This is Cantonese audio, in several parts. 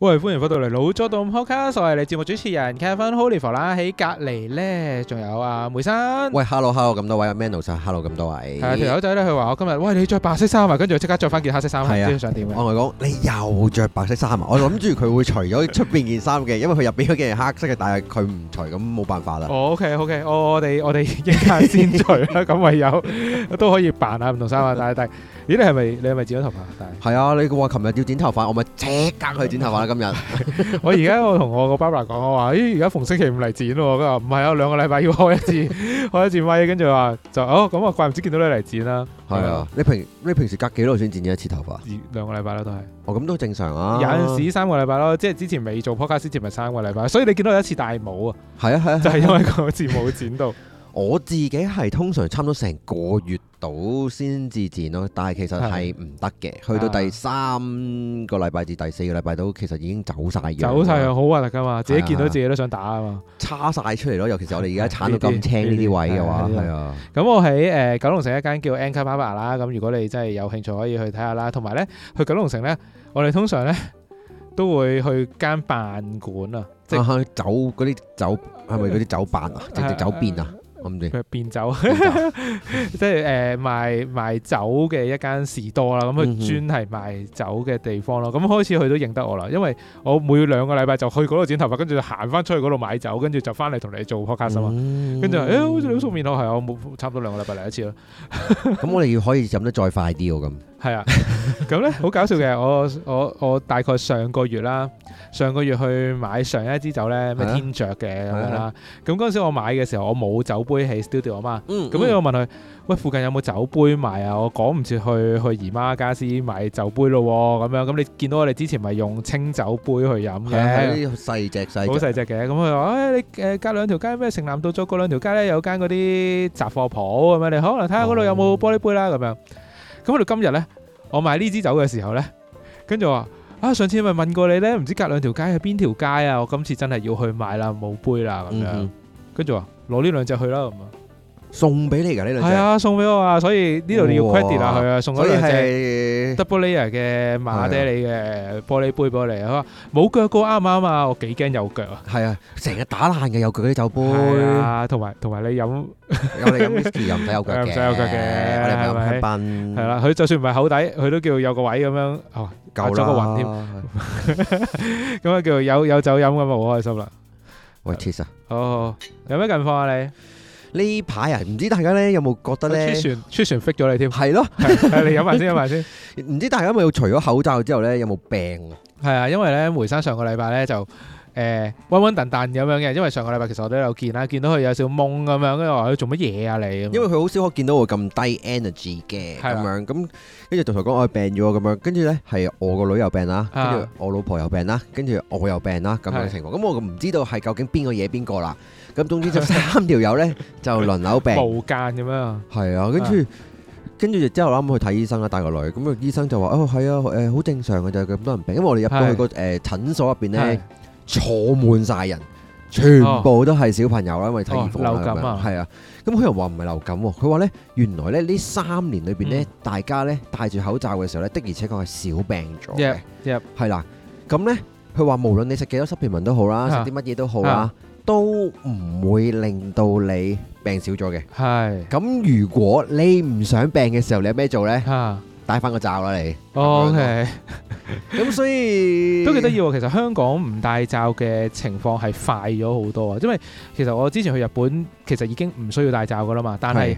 喂，歡迎翻到嚟老作動 podcast，我係你節目主持人 Kevin Holyfor 啦，喺隔離咧，仲有啊梅生。喂，hello hello 咁多位啊，Manos hello 咁多位。係啊，條友仔咧，佢話我今日，喂，你着白色衫啊，跟住即刻着翻件黑色衫，唔係啊知佢想點嘅。我同佢講，你又着白色衫啊！我諗住佢會除咗出邊件衫嘅，因為佢入邊嗰件係黑色嘅，但係佢唔除，咁冇辦法啦。哦，OK，OK，我我哋我哋一間先除啦，咁唯有都可以扮下唔同衫啊，但係但係，咦，你係咪你係咪剪咗頭髮啊？但係。係啊，你話琴日要剪頭髮，我咪即刻去剪頭 髮啦！今啊日我而家我同我個 Barbara 講，我話：咦，而家逢星期五嚟剪喎。佢話唔係啊，兩個禮拜要開一次，開一次咪。跟住話就哦，咁啊，怪唔知見到你嚟剪啦。係啊，你平你平時隔幾耐先剪一次頭髮？咁樣，二兩個禮拜啦，都係。哦，咁都正常啊。有陣時三個禮拜咯，即係之前未做 podcast 之前咪三個禮拜，所以你見到有一次大帽啊，係啊係啊，就係因為嗰次冇剪到。我自己係通常差唔多成個月到先至剪咯，但係其實係唔得嘅。去到啊第三個禮拜至第四個禮拜都，其實已經走晒樣啦，走晒又好核突噶嘛，自己見到自己都想打啊嘛。叉晒出嚟咯。尤其是我哋而家鏟到咁青呢啲位嘅話，呢啲係啊，咁我喺誒、呃九龍城一間叫 Anchor Barber 啦，咁如果你真係有興趣可以去睇下啦。同埋咧，去九龍城咧，我哋通常咧都會去間辦館啊，即即係係走嗰啲走係咪嗰啲走辦啊？直接走變啊？我唔知。佢變酒。啊變酒即係誒、呃、賣賣酒嘅一間士多啦，咁嗯佢專哼係賣酒嘅地方咯。咁開始佢都認得我啦，因為我每兩個禮拜就去嗰度剪頭髮，跟住就行翻出去嗰度買酒，跟住就翻嚟同你做 podcast 啊嘛。嗯跟住話誒，好似你好熟面咯，係啊，我冇差唔多兩個禮拜嚟一次咯，咁我哋要可以飲得再快啲喎咁。係啊。咁咧好搞笑嘅，我我我大概上個月啦，上個月去買上一支酒咧，咩係啊天爵嘅咁樣係啦。咁嗰陣時我買嘅時候，我冇酒杯喺 studio 啊嘛。嗯咁跟住我問佢：喂，附近有冇酒杯賣啊？我趕唔切去去姨媽家私買酒杯咯喎，咁樣咁你見到我哋之前咪用清酒杯去飲嘅，係啊細隻細啊好隻細隻嘅。咁佢話：唉，你誒隔兩條街咩？城南道再過兩條街咧，有間嗰啲雜貨鋪咁樣，你可能睇下嗰度有冇玻璃杯啦咁樣。咁我哋今日咧，我買呢支酒嘅時候咧，跟住我話。啊！上次咪問過你咧，唔知隔兩條街係邊條街啊？我今次真係要去買啦，冇杯啦咁嗯樣哼。跟住話攞呢兩隻去啦咁啊。送俾你㗎呢兩係隻，啊，送俾我啊，所以呢度你要哇 credit 啊佢啊，送咗所以兩隻係 double layer 嘅馬爹利嘅玻璃杯俾我嚟。佢話冇腳個啱唔啱啊？我幾驚有腳啊！係啊，成日打爛嘅有腳嗰啲酒杯，係啊，同埋同埋你飲有你飲 whisky 又唔使有腳 嘅，唔使有腳嘅我哋咪係咪飲香檳，係啦，佢就算唔係口底，佢都叫有個位咁樣，哦，夠走個啦運咁樣叫有有酒飲咁啊，好開心啦！喂，Tis 啊，好好，好有咩近況啊你？呢排啊，唔知大家咧有冇覺得咧出？船出船 fit 咗你添，係咯，係你飲 埋先飲埋先。唔知大家有冇除咗口罩之後咧有冇病啊？係啊，因為咧梅生上個禮拜咧就誒溫溫頓頓咁樣嘅，因為上個禮拜其實我都有見啦，見到佢有少懵咁樣，跟住我話佢做乜嘢啊你咁樣？因為佢好少可見到我咁低 energy 嘅係啊咁啦樣，咁跟住就同佢講我病咗咁樣，跟住咧係我個女又病啦，跟啊住我老婆又病啦，跟住我又病啦咁樣嘅係情況，咁我唔知道係究竟邊個惹邊個啦。咁總之就 三條友咧就輪流病。無間咁樣啊，係啊，跟住跟住之後啦，咁去睇醫生啦，帶個女，咁啊醫生就話：哦，係啊，誒好正常嘅就係咁多人病，因為我哋入到去個誒診所入邊係咧，坐滿晒人，全部都係小朋友啦，因為睇兒科啦哦流感啊咁樣係啊，咁佢又話唔係流感喎，佢話咧原來咧呢三年裏邊咧嗯，大家咧戴住口罩嘅時候咧，的而且確係少病咗嘅 Yep，yep，係啦，咁咧佢話無論你食幾多濕片文都好啦，啊食啲乜嘢都好啦，都唔會令到你病少咗嘅。係咁如果你唔想病嘅時候，你有咩做呢？嚇哦戴翻個罩啦，你。 ，OK，咁所以都幾得意喎。其實香港唔戴罩嘅情況係快咗好多啊，因為其實我之前去日本其實已經唔需要戴罩噶啦嘛，但係係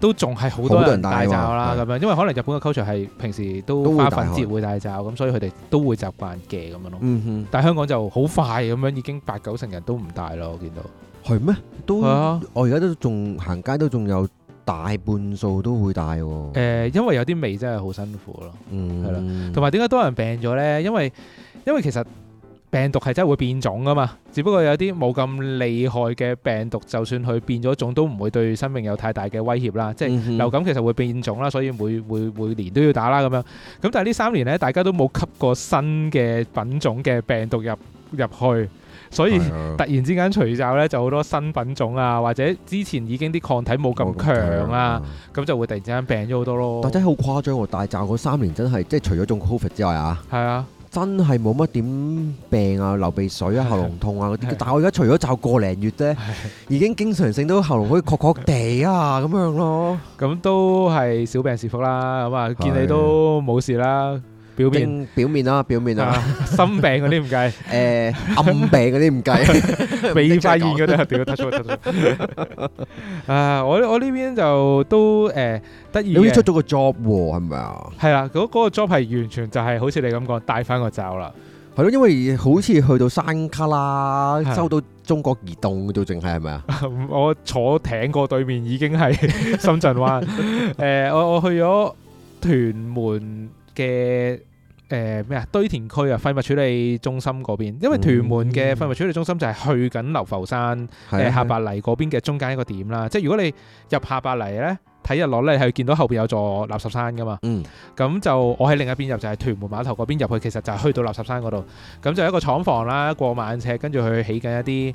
都仲係好多好多人人戴戴罩啦喎咁樣，因為可能日本嘅 culture 係平時都都會花戴粉節開會戴罩，咁所以佢哋都會習慣嘅咁樣咯。嗯但係香港就好快咁樣，已經八九成人都唔戴咯，我見到。哼，係咩？都係啊，哦我而家都仲行街都仲有大半數都會戴喎。誒、因為有啲味真係好辛苦咯。嗯，係同埋點解多人病咗呢？因為因為其實病毒係真係會變種噶嘛，只不過有啲冇咁厲害嘅病毒，就算佢變咗種，都唔會對生命有太大嘅威脅啦。即係係流感其實會變種啦，所以每每每年都要打啦咁樣。咁但係呢三年呢，大家都冇吸過新嘅品種嘅病毒入入去，所以。啊突然之間除罩咧，就好多新品種啊，或者之前已經啲抗體冇咁強啊，。咁就會突然之間病咗好多咯但。真係好誇張喎！戴罩嗰三年真係，即係除咗中 Covid 之外啊，係啊，真係冇乜點病啊、流鼻水啊、係喉嚨痛啊嗰啲係。但係我而家除咗就個零月啫，已經經常性都喉嚨好似確確地啊咁樣咯，咁都係小病是福啦。咁啊，見你都冇事啦，表面經表面啦，表面啊啦，心病嗰啲唔 計，誒暗病嗰啲唔計，未未發現嗰啲係屌得出得出。 啊，我呢我呢邊就都誒得 意你好似出嘅，咗個 job 喎，係咪啊？係啦，嗰嗰個 job 係完全就係好似你咁講，戴翻個罩啦。係咯，因為好似去到山卡啦，係收到中國移動嗰度，淨係 係咪啊？我坐艇過對面已經係 深圳灣。誒、我我去咗屯門嘅誒咩啊堆填區啊廢物處理中心嗰邊，因為屯門嘅嗯廢物處理中心就係去緊流浮山誒、係啊呃下白泥嗰邊嘅中間一個點啦。即係如果你入下白泥咧。睇日落咧，係見到後邊有座垃圾山噶嘛，嗯，咁就我喺另一邊入就係屯門碼頭嗰邊入去，其實就係去到垃圾山嗰度，咁就有一個廠房啦，過萬尺，跟住佢起緊一啲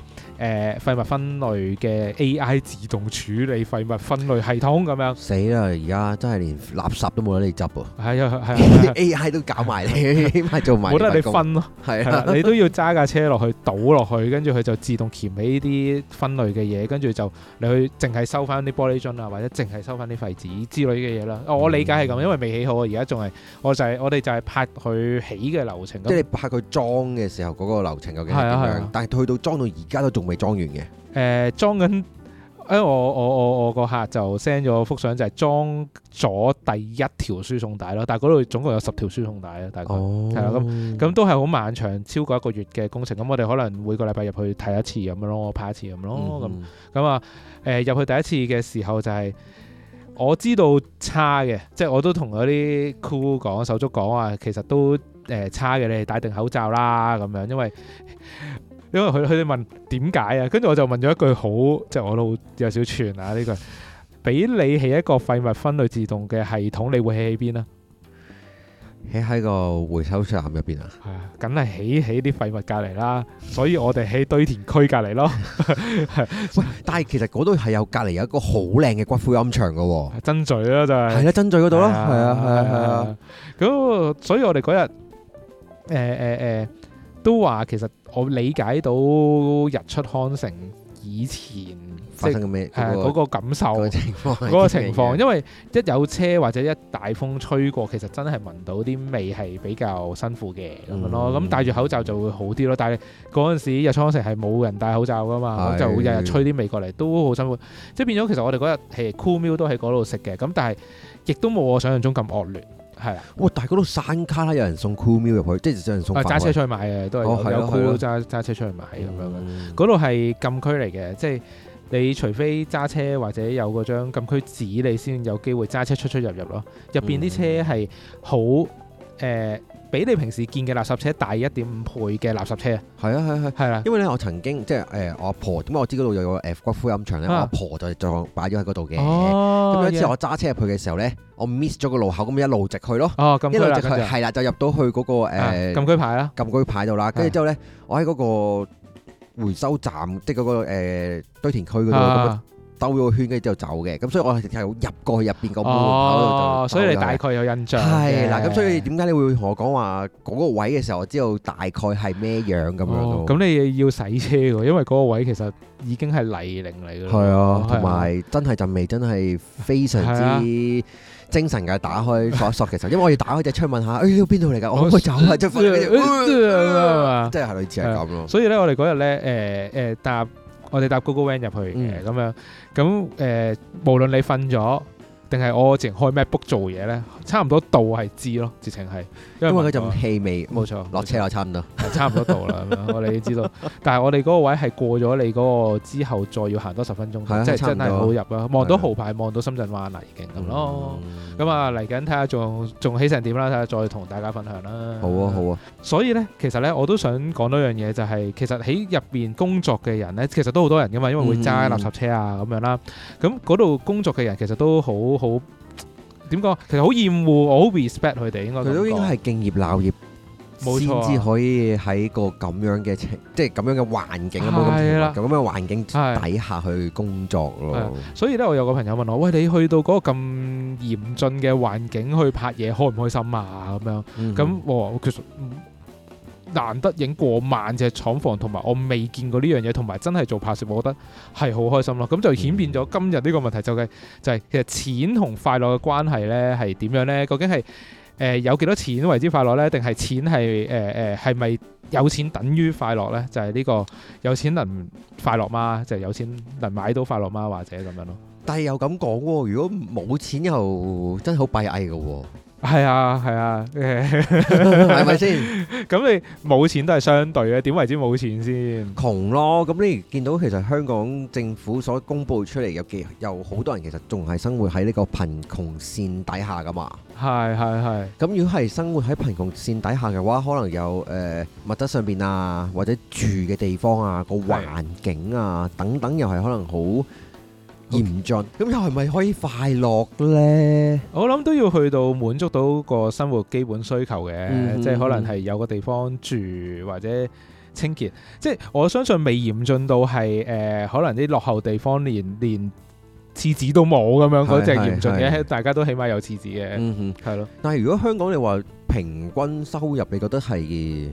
誒、廢物分類嘅 AI 自動處理廢物分類系統咁樣，死啦！而家真係連垃圾都冇得你執喎係啊係啊係 啲啊， AI 都搞 埋你，起碼做埋冇得你份工，分咯，係啊係啦 啦，，你都要揸架車落去倒落去，跟住佢就自動鉗起呢啲分類嘅嘢，跟住就你去淨係收翻啲玻璃樽啊，或者淨係收翻啲廢紙之類嘅嘢啦。哦嗯我理解係咁，因為未起好啊，而家仲係我就係、我哋就係拍佢起嘅流程即係咁。你拍佢裝嘅時候嗰個流程究竟係係點啊係樣啊？但係去到裝到而家都仲未裝完嘅，嗯誒裝緊，誒我我我我個客就 send 咗幅相，就係裝咗第一條輸送帶咯，但係嗰度總共有十條輸送帶啊，大概。哦係啦咁都係好漫長，超過一個月嘅工程。咁我哋可能每個禮拜入去睇一次咁樣咯，拍一次咁咯。嗯咁咁啊，誒入去第一次嘅時候就係、我知道差嘅，即係我都同嗰啲 crew 講、手足講啊，其實都誒、差嘅，你哋戴定口罩啦咁樣，因為因為佢佢哋問點解啊，跟住我就問咗一句好，即係我都好有少串啊呢句，俾你起一個廢物分類自動嘅系統，你會起喺邊啊？喺喺個回收站入邊啊，係啊，梗係起起啲廢物隔離啦，所以我哋喺堆填區隔離咯， 但係其實嗰度係有隔離有一個好靚嘅骨灰龕場嘅喎，真罪啦就係。係啦，真聚嗰度啦，係啊，係啊，係啊，。咁所以我哋嗰日誒誒誒都話，其實我理解到日出康城以前發即生係緊咩誒嗰嗰個個感受。嗰個情況係嗰個點情樣況，嘅因為一有車或者一大風吹過，其實真係聞到啲味係比較辛苦嘅咁樣咯。嗯咁戴住口罩就會好啲咯。但係嗰陣時日出康城係冇人戴口罩噶嘛，咁係就日日吹啲味過嚟都好辛苦。即係變咗，其實我哋嗰日係 cool meal 都喺嗰度食嘅，咁但係亦都冇我想象中咁惡劣，係啊啦。哇！但係嗰度山卡啦，有人送 cool meal 入去，即係有人送啊飯揸車喎出去買嘅都係哦係有有咯係 cool 咯揸揸車出去買咁樣嘅。嗯嗰度係禁區嚟嘅，即係你除非揸車或者有嗰張禁區紙，你先有機會揸車出出入入咯。入邊啲車係好誒，呃比你平時見嘅垃圾車大一點五倍嘅垃圾車，係啊係啊係啊。係啦，因為咧，我曾經即係誒我阿婆點解我知嗰度有個誒骨灰龕場咧？我啊阿婆就就擺咗喺嗰度嘅。咁哦，有一次我揸車入去嘅時候咧，我 miss 咗個路口，咁一路直去咯，哦禁一區路啦，直去跟住啊係啦，就入到去嗰個禁誒區牌啦，禁區牌度啦。跟住係之後咧，我喺嗰個回收站，即係嗰個誒堆填區嗰度咁樣啊兜咗個圈，跟住之後走嘅。咁所以我係有入過去入邊個門口度就哦，所以你兜咗大去概有印象係啦，嘅咁所以點解你會同我講話嗰個位嘅時候，我知道大概係咩樣咁樣哦咯。咁你要洗車喎，因為嗰個位其實已經係泥泞嚟㗎啦，係啊，係同埋真係陣味真係非常係啊之精神嘅，打開索一索嘅時候，因為我要打開隻窗問下，誒呢度邊度嚟㗎？我可唔可以走啊？即係瞓喺度呃嘛。即係類似係咁咯。所以咧，我哋嗰日咧，誒、誒、搭我哋搭 Google Van 入去嘅嗯咁、樣，咁誒、無論你瞓咗定係我直情開 MacBook 做嘢咧，差唔多到係知咯，直情係，因因為為嗰陣氣味，冇錯落車啦，差唔多。係差唔多到啦，咁樣我哋知 道。但係我哋嗰個位係過咗你嗰個之後，再要行多十分鐘係啊，即係差唔真多係好入啦。望係到啊嗯號牌，望到深圳灣啦，已經咁咯。咁啊，嚟緊睇下仲仲起成點啦，睇下再同大家分享啦。好啊，好啊，所以咧，其實咧，我都想講多樣嘢，就係、其實喺入邊工作嘅人咧，其實都好多人噶嘛，因為會揸嗯垃圾車啊咁樣啦。咁嗰度工作嘅人其實都好好點講，啊其實好厭惡，我好 respect 佢哋應該咁講。佢都應該係敬業鬧業。冇錯啊先至可以喺個咁樣嘅情，即係咁樣嘅環境，冇咁係甜啦蜜咁樣嘅環境係底下去工作咯。所以咧，我有個朋友問我：喂，你去到嗰個咁嚴峻嘅環境去拍嘢，開唔開心啊？咁樣嗯咁、我話其實嗯難得影過萬隻廠房，同埋我未見過呢樣嘢，同埋真係做拍攝，我覺得係好開心咯。咁就顯變咗今日呢個問題就係、就係、其實錢同快樂嘅關係呢係點樣呢？究竟係誒、呃有幾多錢為之快樂呢？定係錢係誒誒係咪有錢等於快樂呢？就係、呢、個有錢能快樂嗎？就係、有錢能買到快樂嗎？或者咁樣咯。但係又咁講喎，如果冇錢又真係好閉翳嘅喎，係啊，係啊， 誒係咪先？咁你冇錢都係相對嘅，點為之冇錢先？窮咯，咁你見到其實香港政府所公佈出嚟有幾有好多人其實仲係生活喺呢個貧窮線底下噶嘛。係係係。咁如果係生活喺貧窮線底下嘅話，可能有誒、呃物質上邊啊，或者住嘅地方啊，個環境啊等等，又係可能好嚴峻。咁又係咪可以快樂呢？我諗都要去到滿足到個生活基本需求嘅，嗯即係可能係有個地方住或者清潔。即係我相信未嚴進到係誒、呃可能啲落後地方連連廁紙都冇咁樣嗰只係係嚴進嘅，係大家都起碼有廁紙嘅，嗯哼。係咯、但係如果香港你話平均收入，你覺得係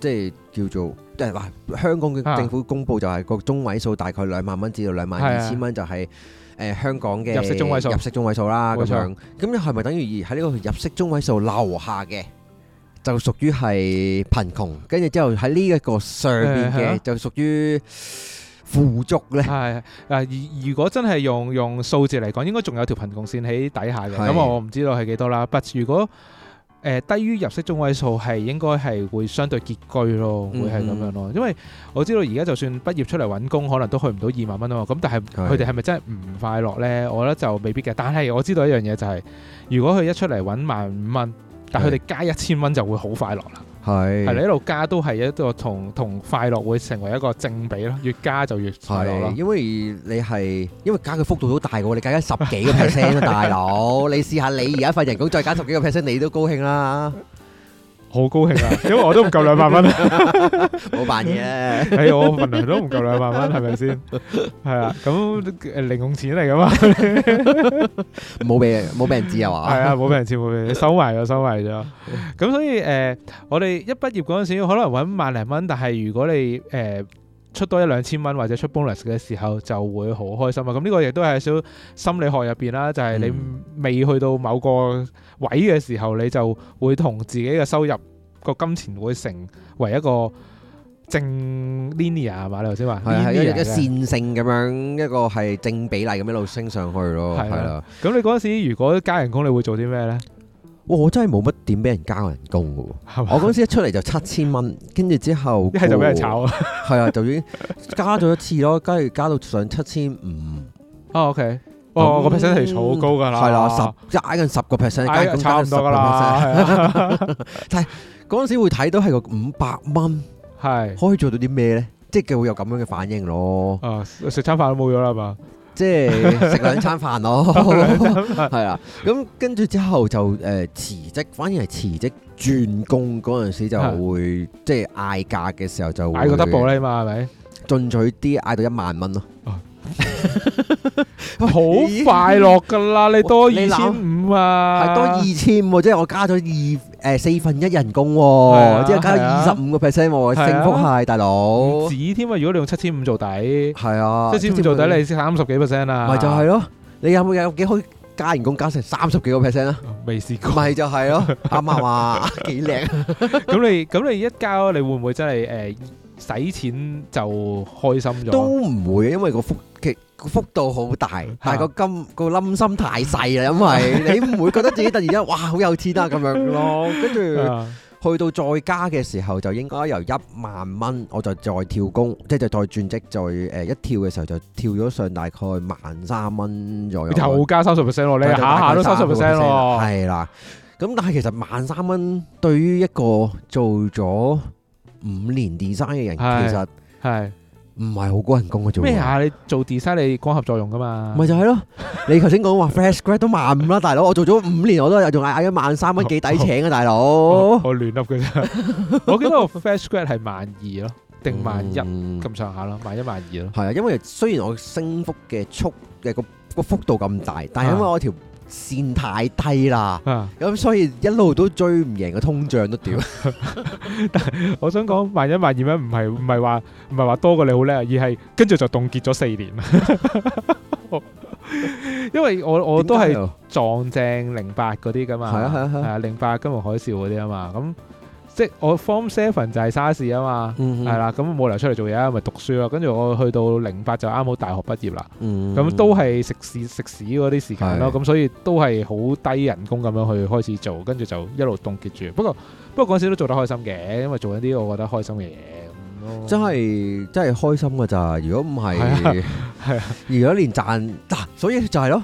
即係叫做即係嗱，香港嘅啊政府公佈就係個中位數大概兩萬蚊至到兩萬係二啊千蚊，就係誒香港嘅入息中位數入息中位數啦冇咁錯樣。咁你係咪等於喺呢個入息中位數樓下嘅？就屬於係貧窮，跟住之後喺呢一個上誒邊係嘅啊就屬於富足 咧。係啊嗱。如如果真係用用數字嚟講，應該仲有條貧窮線喺底下嘅。係咁我唔知道係幾多啦。但如果誒、呃低於入息中位數係應該係會相對拮據咯，嗯會係咁樣咯。因為我知道而家就算畢業出嚟揾工，可能都去唔到二萬蚊啊嘛。咁但係係佢哋係咪真係唔快樂呢？我覺得就未必嘅。但係我知道一樣嘢就係、如果佢一出嚟揾萬五蚊，但係佢哋加一千蚊就會好快樂啦。係係你一路加都係一個同同快樂會成為一個正比咯，越加就越快樂啦係，。因為你係因為加嘅幅度都大嘅喎，你加咗十幾 個 percent 啊，大佬，你試下你而家份人工再加十幾個 percent，你都高興啦，好高興啊！因為我都唔夠兩萬蚊， 冇扮嘢啊。係我份糧都唔夠兩萬蚊，係咪先？係啊，咁誒零用錢嚟噶嘛。冇俾冇俾人知啊嘛。 係啊，冇俾人知，冇俾人知收埋咗，收埋咗。咁所以誒、呃我哋一畢業嗰陣時，可能揾萬零蚊，但係如果你誒、呃出多一兩千蚊或者出 bonus 嘅時候，就會好開心啊！咁呢個亦都係少心理學入邊啦，就係、你嗯未去到某個位嘅時候，你就會同自己嘅收入個金錢會成為一個正 linear 係嘛？你頭先話係啊係一 linear 一嘅線性咁樣一個係正比例咁一路升上去咯，係啊係啦啦。咁你嗰陣時如果加人工，你會做啲咩咧？哇！我真係冇乜點俾人加人工嘅喎，係嘛我嗰陣時一出嚟就七千蚊，跟住之後一係就俾人，炒啊！係啊，就已經加咗一次咯，跟住加到上七千五。哦，OK，哦，咁個 percentage 好高㗎啦，嗯係啦，十挨近十個 percent，哎加呀工差加唔十多個㗎 percent。 啦，嗰陣時會睇到係個五百蚊係可以做到啲咩咧？即係會有咁樣嘅反應咯，啊，食餐飯都冇咗啦嘛，即係食兩餐飯 咯，係啦。咁跟住之後就誒辭職，反而係辭職轉工嗰陣時就會即係嗌價嘅時候就會嗌個 double 咧嘛，係咪？進取啲嗌到一萬蚊咯。好快樂啊㗎啦，你多二你千五啊，係多二千喎，即係我加咗二誒四分一人工係啊喎，即係加咗係啊二十五個 percent 喎，係啊升幅係大佬唔。止添啊！如果你用七千五做底，係啊，七千五做底你先三十幾 percent 啊，咪就係咯，你有冇有幾可以加人工加成三十幾個 percent 啊？未試過。咪就係咯，啱 啱啊？幾靚啊！咁你咁你一交，你會唔會真係誒使錢就開心都咗？唔會，因為個幅其個幅度好大，但係個金個冧心太細啦，因為你唔會覺得自己突然間哇好有錢啊咁樣咯。跟住啊去到再加嘅時候，就應該由一萬蚊我就再跳工，即係就再轉職，再誒一跳嘅時候就跳咗上大概萬三蚊左右。又加三十 percent 喎，你下下都三十 percent 喎，係啦。咁但係其實萬三蚊對於一個做咗五年 design 嘅人，係其實係。唔係好高人工嘅啫喎。咩啊？你做 design 你光合作用噶嘛？咪就係咯，你頭先講 話 fresh grad 都萬五啦，大佬，我做咗五年我都有仲嗌嗌咗萬三蚊，幾抵請啊，大佬我，我亂笠嘅啫。 我記得我 fresh grad 係萬二咯，定萬一嗯咁上下咯，萬一萬二咯。係啊，因為雖然我升幅嘅速嘅個個幅度咁大，但係因為啊我條線太低啦，啊！咁所以一路都追唔贏個通脹都屌。我想講萬一萬二蚊唔係唔係話唔係話多過你好叻，而係跟住就凍結咗四年。 因為我 我都係點解啊撞正零八嗰啲噶嘛，係啊係啊係啊係啊零八金融海嘯嗰啲啊嘛，咁即係我 Form Seven 就係沙士啊嘛，嗯係，啦，咁冇理由出嚟做嘢啊，咪讀書咯，跟住我去到零八就啱好大學畢業啦，嗯咁都係食屎食屎嗰啲時間咯，係咁所以都係好低人工咁樣去開始做，跟住就一路凍結住。不過不過嗰陣時都做得開心嘅，因為做緊啲我覺得開心嘅嘢咁咯。真係真係開心噶咋，如果唔係係，係啊如果連賺嗱，所以就係咯，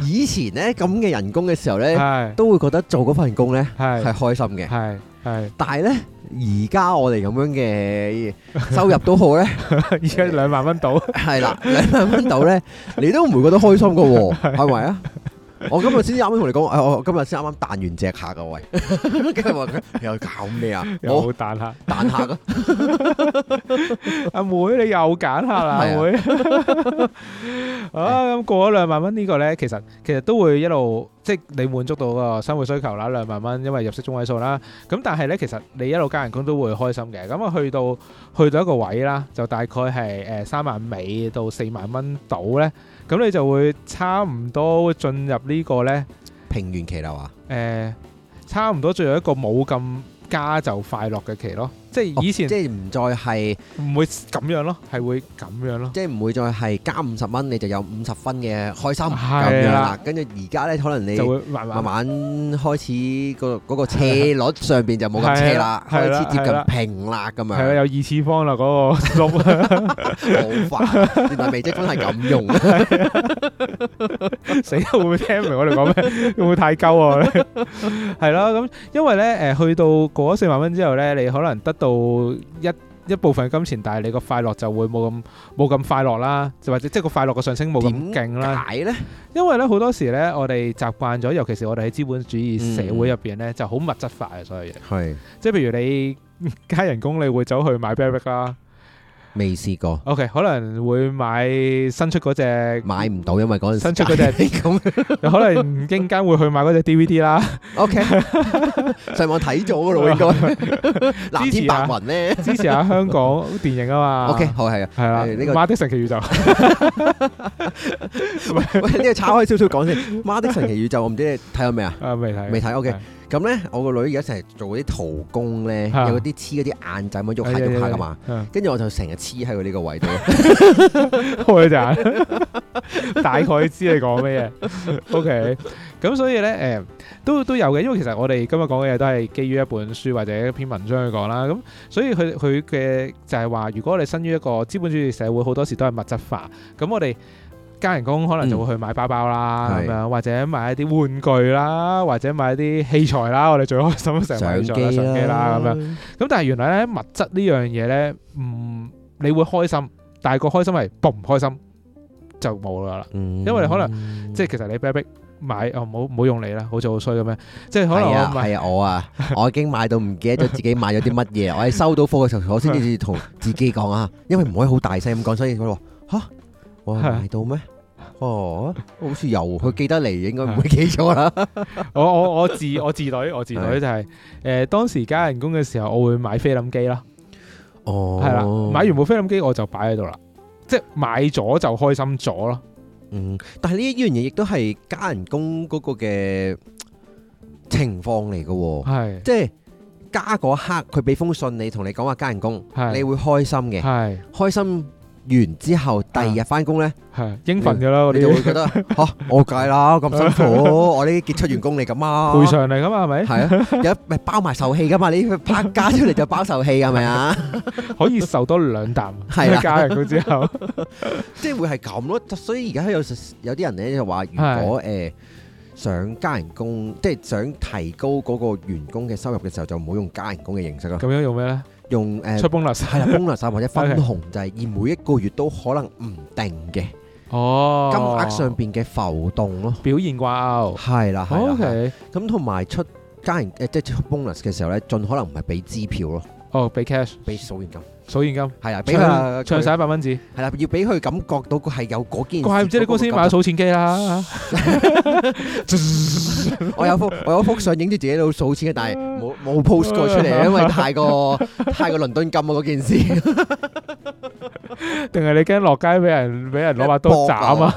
以前咧咁嘅人工嘅時候咧，係都會覺得做嗰份工咧係係開心嘅。係係，但 係咧，而家我哋咁樣嘅收入都好咧，而家兩萬蚊到，係啦，兩萬蚊到咧，你都唔會覺得開心噶喎， 係咪啊？我今日先啱啱同你講，誒，我今日先啱啱彈完隻客噶喂， 跟住話佢又搞咩啊？我又彈下。彈客啊，阿妹，你又揀下啦，阿 à? 妹。 啊，咁過咗兩萬蚊呢個呢，其實其實都會一路即係你滿足到個生活需求啦，兩萬蚊，因為入息中位數啦。咁但係呢，其實你一路加人工都會開心嘅。咁啊，去到去到一個位啦，就大概係誒三萬尾到四萬蚊到呢，咁你就會差唔多進入呢個呢。平原啊期啦話。誒、差唔多進入一個冇咁加就快樂嘅期咯。即係以前哦即係唔再係，唔會咁樣咯，係會咁樣咯。即係唔會再係加五十蚊你就有五十分嘅開心咁係啦樣啦。跟住而家咧，可能你就會慢慢慢慢開始個嗰個車率上邊就冇咁車啦， 係開啦始接係啦近平啦 咁係啦，啊樣。有二次方啦嗰、個 碌好煩，原來微積分係 咁用。死啦！會唔會聽唔明我哋講咩？ 會唔會太鳩啊？ 係咯，咁因為咧誒、去到過咗四萬蚊之後咧，你可能得到一一部分金錢，但係你個快樂就會冇咁冇咁快樂啦，就或者即係個快樂嘅上升冇咁勁啦。點解咧？因為咧好多時咧，我哋習慣咗，尤其是我哋喺資本主義社會入邊咧，就好物質化嘅所有嘢。 係即係譬如你加人工，你會走去買 b a r r i c 啦。未試過， OK，可能會買新出嗰只，買唔到，因為嗰陣時新出嗰隻 咁。又可能一陣間會去買嗰只 DVD 啦。 O K，上網睇咗嘅咯，應該 藍天白雲咧。支持下香港電影啊嘛。 O K，好係啊。係啦，誒呢《個馬的神奇宇宙》喂，呢個岔開少少 講先，《媽的神奇宇宙》我唔知你睇咗未啊？啊，未睇，未睇，OK 係咁咧，我個女而家成日做嗰啲徒工咧，啊有嗰啲黐嗰啲眼仔咁樣喐下係喐下係噶嘛，係跟住我就成日黐喺佢呢個 位度，開眼，大概知你講咩嘢。OK，咁所以咧，誒、都都有嘅，因為其實我哋今日講嘅嘢都係基於一本書或者一篇文章去講啦。咁所以佢佢嘅就係話，如果我哋身於一個資本主義社會，好多時都係物質化，咁我哋。加人工可能就會去買包包啦，咁嗯係樣或者買一啲玩具啦，或者買一啲器材啦，我哋最開心成日買相器材啦、機相機啦啦咁樣。咁但係原來咧物質呢樣嘢咧，嗯，你會開心，但係個開心係嘣唔開心就冇啦啦。因因為可能即係其實你逼逼買，哦唔好唔好用你啦，好似 好衰咁樣。即係可能係我啊買係啊，我啊，我已經買到唔記得咗自己買咗啲乜嘢，我喺收到貨 嘅時候，我先至同自己講啊，因為唔可以好大聲咁講，所 以佢話吓，我話係啊買到咩？哦，好似有，佢記得嚟，應該唔會記 錯啦。我我我自我自 隊我自隊就係誒當時加人工嘅時候，我會買菲林機啦，哦，係啦，買完部菲林機我就擺喺度啦。即係買咗就開心咗咯，嗯，但係呢一樣嘢亦都係加人工嗰個嘅情況嚟 嘅喎，係即係加嗰刻佢俾封信你，同你講話加人工，你係會開心嘅，係開心完之後，第二日翻工呢，係應份㗎啦，我你就會 哋覺得吓我梗係啦，咁辛苦，我呢啲傑出員工嚟㗎嘛，賠償嚟㗎嘛，係咪？係啊，有咪包埋受氣㗎嘛，你拍加出嚟就包受氣係咪啊？可以受多兩啖， 係 啦加人工 之後，即係會係咁咯。所以而家有時有啲人咧就話，如果誒、呃想加人工，即係想提高嗰個員工嘅收入嘅時候，就唔好用加人工嘅形式啦，咁樣用咩咧？用誒出 bonus 係啦 bonus 啊或者分 OK 紅制，而每一個月都可能唔定嘅金哦，額上邊嘅浮動咯。表現掛鈎。係啦，係 O 啦係啦， K，咁同埋出加人誒即係出 bonus 嘅時候咧，盡可能唔係俾支票咯，哦，俾 cash 俾數現金，數現金，係啦，俾唱佢唱晒一百蚊紙，係啦，要俾佢感覺到佢係有嗰件事。怪唔知你公司買咗數錢機 啦。我有幅我有幅相影住自己喺度數錢嘅，但係冇冇 post 過出嚟，因為 太過太過倫敦金啊嗰件事。 定係你驚落街俾人俾人攞把刀斬啊，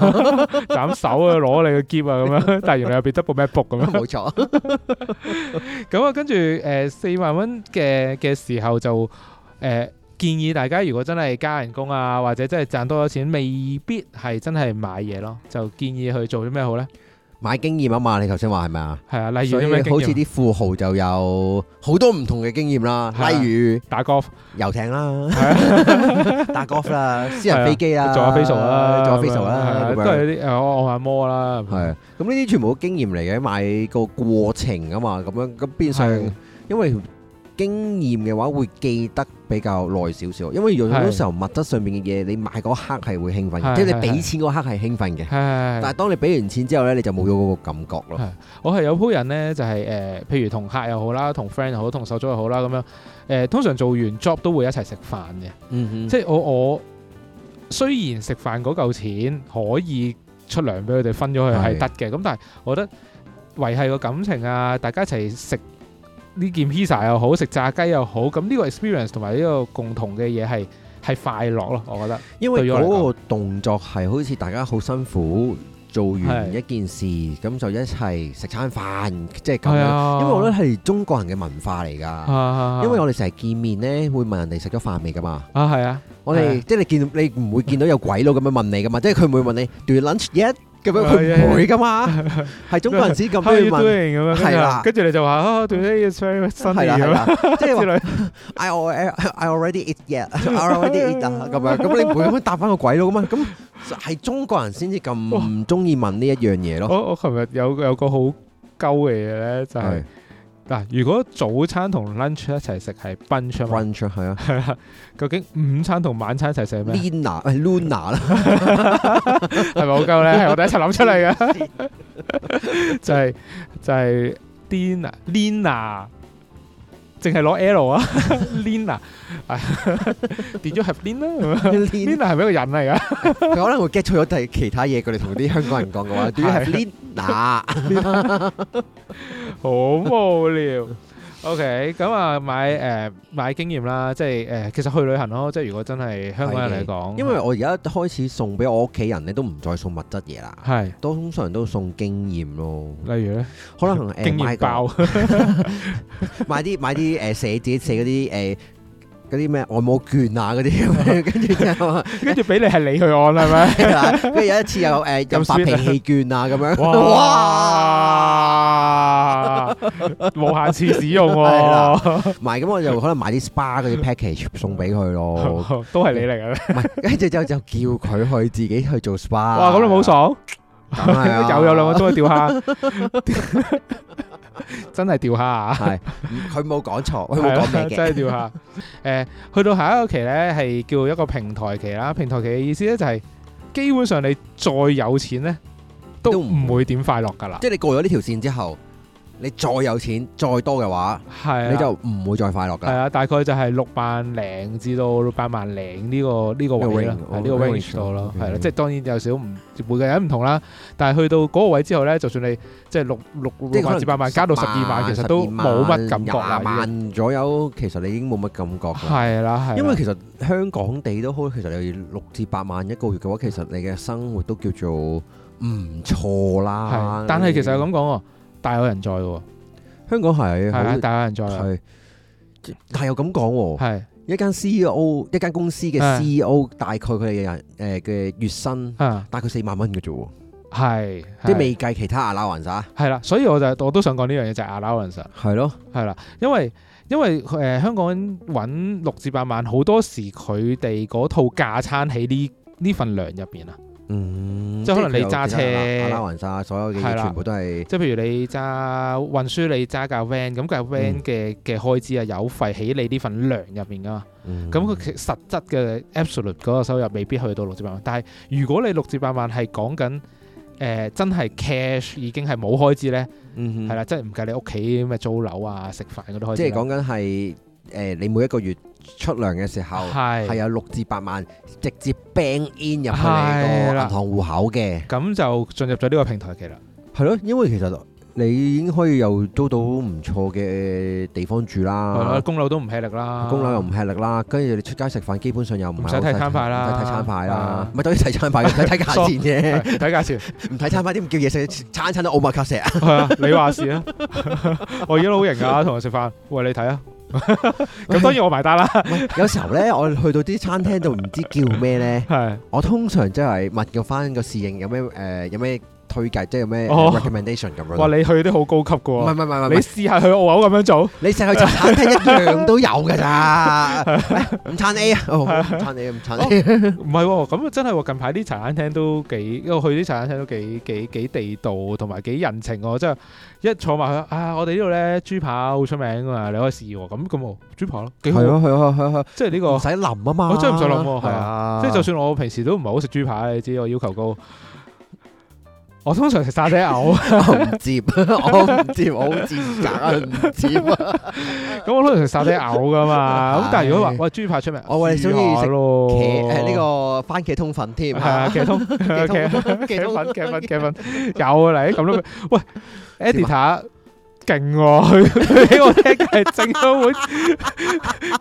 斬手啊， 攞你個箧啊咁樣，但係原來入邊 double MacBook 咁樣。冇錯，咁啊，跟住誒四萬蚊嘅嘅時候就誒、呃建議大家，如果真係加人工啊，或者真係賺多咗錢，未必係真係買嘢咯，就建議去做啲咩好咧？買經驗啊嘛，你頭先話係咪啊？係啊，例如所以啲咩經好似驗？啲富豪就有好多唔同嘅經驗啦，係啊例打 golf 如遊 艇啦、係啊，打 golf 啦、私人飛機啦、做下 facial 啦，做下 facial 係啦啊，咁都樣係啲誒按按下摩啦，係啊，咁呢啲全部都經驗嚟嘅，買個過程啊嘛，咁樣咁變係相，因為經驗嘅話會記得比較耐少少，因為有好係多時候物質上面嘅嘢，你買嗰刻係會興奮係嘅，即係係你俾錢嗰刻係興奮嘅，係但係當你俾完錢之後呢，你就冇咗嗰個感覺咯係。我係有鋪人咧，就係、誒、譬如同客又好啦，同 friend 又好，同手足又好啦，咁樣誒、通常做完 job 都會一齊食飯嘅。嗯即係我我雖然食飯嗰嚿錢可以出糧俾佢哋分咗佢係係得嘅，咁但係我覺得維係個感情啊，大家一齊食呢件 pizza 又好，食炸雞又好，咁呢個 experience 同埋呢個共同嘅嘢係係快樂咯，我覺得因為對我嚟講嗰個動作係好似大家好辛苦做完係一件事，咁就一齊食餐飯，即係咁係樣。啊，因為我覺得係中國人嘅文化嚟㗎。啊，因為我哋成日見面咧，會問人哋食咗飯未噶嘛。啊係啊，我係哋即係你見你唔會見到有鬼佬咁樣問你噶嘛，即係佢唔會 問你 Do you lunch yet 咁樣，係佢唔會噶嘛。係中國人先咁 都 how 要 you 問， doing 咁樣，係啦跟住你就話啊，today is very 係 sunny 啦係咁樣啦，即係之話類， I already I already eat yet I already eat 啊咁樣，咁你唔會咁樣答翻個鬼佬噶嘛？咁係中國人先至咁唔中意問呢一樣嘢咯。哦我我琴日有有個好鳩嘅嘢咧，就係係。嗱，如果早餐同 lunch 一齊食係 brunch 啊嘛 lunch 係啊係啦，究竟午餐同晚餐一齊食係 咩？ ，Lina 喂 Luna 啦，係咪好鳩 咧？係我哋一齊諗出嚟嘅，就係就係 Lina Lina，淨係攞 L 啊 Lina，跌咗 have Lina 咁樣 Lina Lina 係咪一個人嚟㗎佢可能會 get 錯咗第其他嘢，佢哋同啲香港人講嘅話，Do you have Lina？好無聊。OK，咁啊買誒買經驗啦，即係誒其實去旅行咯，即係如果真係香港人嚟講，因為我而家開始送俾我屋企人咧，都唔再送物質嘢啦，係都通常都送經驗咯。例如咧可能 誒、經買驗個包。 買啲買啲誒寫自己寫嗰啲誒嗰啲咩按摩券啊嗰啲咁 樣，跟住之後 啊跟住俾你係你去按啦，係 咪？係啦跟住有一次有誒有咁發 sweet 啊脾氣券啊咁樣， 哇！無限次使用係喎，唔係咁我就可能買啲 SPA 嗰啲 package 送俾 佢咯， 都係你嚟嘅咩？唔係跟住之後就叫佢去自己去做 SPA。哇！咁你冇爽，梗係啊， 有有兩個鐘去釣蝦，真係釣蝦啊！係唔佢冇講錯，佢係啊冇啦講咩嘅。真係 釣蝦。誒，去到下一個期咧，係叫一個平台期啦。平台期嘅意思咧就係，基本上你再有錢咧，都都唔唔會點快樂㗎啦。即係你過咗呢條線之後，你再有錢再多嘅話，係啊你就唔會再快樂係噶。啊，大概就係六萬零至到八萬零呢個呢個位啦，喺呢呢個 range，個哦 range range 度咯， ，OK 係啦，即係當然有少唔每個人唔同啦，但係去到嗰個位之後咧，就算你即係六六六萬至八萬加到十二萬，其實都冇乜感覺啦廿已經，萬左右，其實你已經冇乜感覺㗎。係啊啦，係啦，因為其實香港地都好，其實你六至八萬一個月嘅話，其實你嘅生活都叫做唔錯啦係，。但係其實咁講喎，大有人在喎，香港係係啊，好大有人在啊，係，但係又咁講喎，係一間 CEO 一間公司嘅係 CEO 大概佢哋嘅人誒嘅月薪啊，大概四萬蚊嘅啫喎。係，即係係未計其他阿啊拉雲咋，係啦，所以我就我都想講呢樣嘢就係 allowance 啊。係咯，係啦，因為因為誒、呃香港揾六至八萬，好多時佢哋嗰套價餐喺呢呢份糧入邊啊，嗯，即係可能佢有你揸其車他阿拉雲咋，所有嘅係嘢啦全部都係即係譬如你揸運輸，你揸架 van，咁架 van 嘅嘅開支啊、油費喺你呢份糧入邊噶嘛，嗯咁佢其實質嘅 absolute 嗰個收入未必去到六至八萬，但係如果你六至八萬係講緊。誒、真係 cash 已經係冇開支咧，嗯哼係啦、即係唔計你屋企咩租樓啊、食飯嗰啲開支啦。即係講緊係誒你每一個月出糧嘅時候係係有啊六至八萬直接 bank in 入去你係個啦銀行戶口嘅，咁就進入咗呢個平台期啦。係咯，因為其實你已經可以又租到唔錯嘅地方住係啦啦。供樓都唔吃力啦，供啊樓又唔吃力啦，跟住你出街食飯，基本上又唔係唔使好睇睇餐牌啦唔使睇餐牌啦啊，唔係當然睇餐牌，唔使睇 價錢啫。係睇價錢。唔睇餐牌啲唔叫嘢食，餐餐都奧馬卡石啊！係啊，你話事啊！ 我而家都好型啊，同人食飯，喂你睇啊！ 咁當然我埋單啦， 有時候咧，我去到啲餐廳度唔知叫咩咧，係我通常真係問個翻個侍應有咩誒、有咩推介，即係有咩哦 recommendation 咁樣哇咯。你去啲好高級噶唔喎係唔，係唔係唔你係，試下去澳口咁樣做，你成日去茶餐廳一樣都有㗎 咋？ 喂午餐 A 啊，哦午餐 A 午餐 A，唔係喎，咁真係喎，近排啲茶餐廳都幾，因為我去啲茶餐廳都幾幾幾地道，同埋幾人情喎，即係一坐埋去啊，我哋呢度咧豬扒好出名噶嘛，你可以試喎，咁咁喎豬扒咯，幾好係喎，咯係咯係咯係咯，即係呢唔個，使諗啊嘛！我真係唔使諗喎係啊，即係就算我平時都唔係好食豬扒，你知我要求高，我通常食沙嗲 牛。 我唔接，我唔接，我好賤格啊！唔接啊！咁我通常食沙爹牛噶嘛，係咁但係如果話喂豬扒出名，我話你試下鍾意食咯茄誒呢個番茄通粉添哦係啊啊！茄通茄通茄粉茄茄通粉茄粉茄粉有啊你咁都喂 editor 勁 喎，佢俾我聽係整咗碗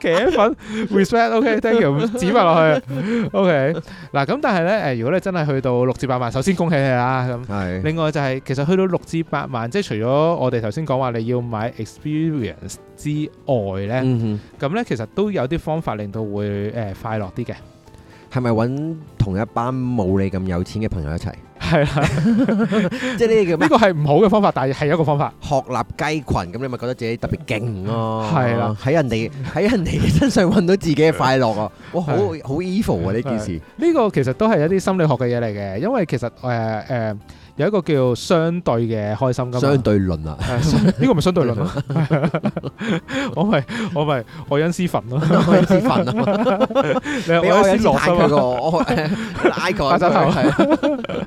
茄粉 respect，OK，thank you，指埋落去，OK 嗱咁但係咧誒，如果你真係去到六至八萬，首先恭喜你啦咁。係。另外就係、其實去到六至八萬，即係除咗我哋頭先講話你要買 experience 之外咧，嗯咁咧其實都有啲方法令到會誒、呃快樂啲 嘅，哼，係咪揾同一班冇你咁有錢嘅朋友一 齊？係啦，即係呢啲叫呢咩？個係唔好嘅方法，但係係一個方法，學立雞群，咁你咪覺得自己特別勁咯。係啦，喺人哋喺人哋身上揾到自己嘅快樂啊！哇，好係好 evil 啊呢件事。呢、個其實都係一啲心理學嘅嘢嚟嘅，因為其實誒誒、呃呃有一個叫相對嘅開心㗎相嘛。對論 啊，係相呢個咪相對論咯， 我咪我咪愛因斯坦咯，愛因斯坦啊， 你愛俾愛因因斯斯坦洛啊佢嘛個我 拉打 佢，針頭係啊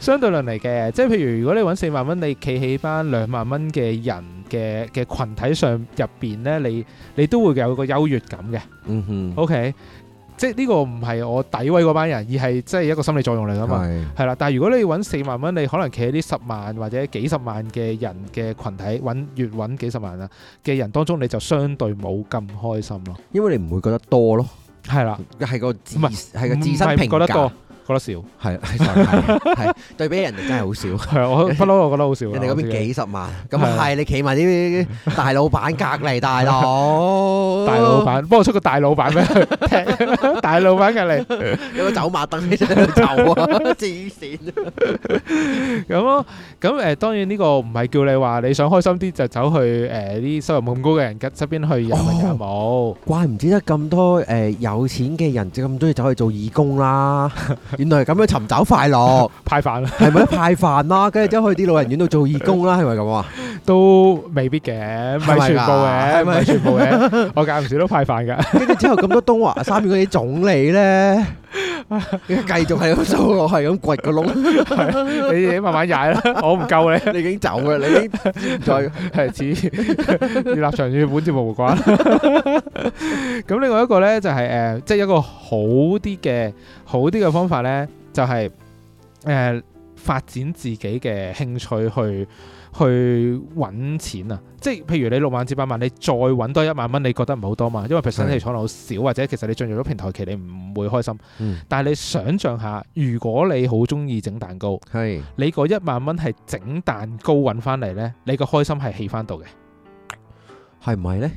相對論嚟嘅，即係譬如如果你揾四萬蚊，你企起翻兩萬蚊嘅人嘅嘅羣體上入邊咧，你你都會有個優越感嘅。嗯哼， OK，即係呢個唔係我詆毀嗰班人，而係即係一個心理作用嚟噶嘛。係係啦，但係如果你揾四萬蚊，你可能企喺呢十萬或者幾十萬嘅人嘅群體揾月揾幾十萬啊嘅人當中，你就相對冇咁開心咯。因為你唔會覺得多咯，係啦，係個自唔係係個自身唔係評覺得多價，，覺得少。係係 sorry，係 係對比人哋真係好少。係啊我不嬲，我覺得好少啦。人哋嗰我自邊己幾十萬，咁係啊係你企埋啲大老闆隔離，大佬，大老，闆，幫我出個大老闆俾 大老闆隔離有個走馬燈喺度走啊，黐線！咁咯。咁誒、呃，當然呢個唔係叫你話你想開心啲就走去誒啲、收入冇咁高嘅人側側邊去遊哦咪有冇？怪唔知得咁多誒有錢嘅人咁中意走去做義工啦，原來係咁樣尋找快樂，派飯啦係咪派飯啦？跟住走去啲老人院度做義工啦，係咪咁啊？都未必嘅，唔係全部嘅，係咪㗎唔係全部嘅。 我間唔時都派飯 㗎，跟住之後咁多東華三院嗰啲總理咧，繼續係咁掃落，係咁掘個窿，你自己慢慢踩啦，我唔夠你。你已經走啦，你已 Ừ. 經唔再。係似 立場與本節目無 關。咁另外一個呢，就係、誒，即係一個好啲嘅好啲嘅方法呢，就係、誒、發展自己嘅興趣去去揾錢啊！即係譬如你六萬至八萬，你再揾多一萬蚊，你覺得唔好多嘛？因為 percent 係你可能好少，或者其實你進入咗平台期，你唔會開心。嗯但係你想像下，如果你好中意整蛋糕。係你嗰一萬蚊係整蛋糕揾翻嚟呢，你個開心係起翻到嘅。係唔係呢？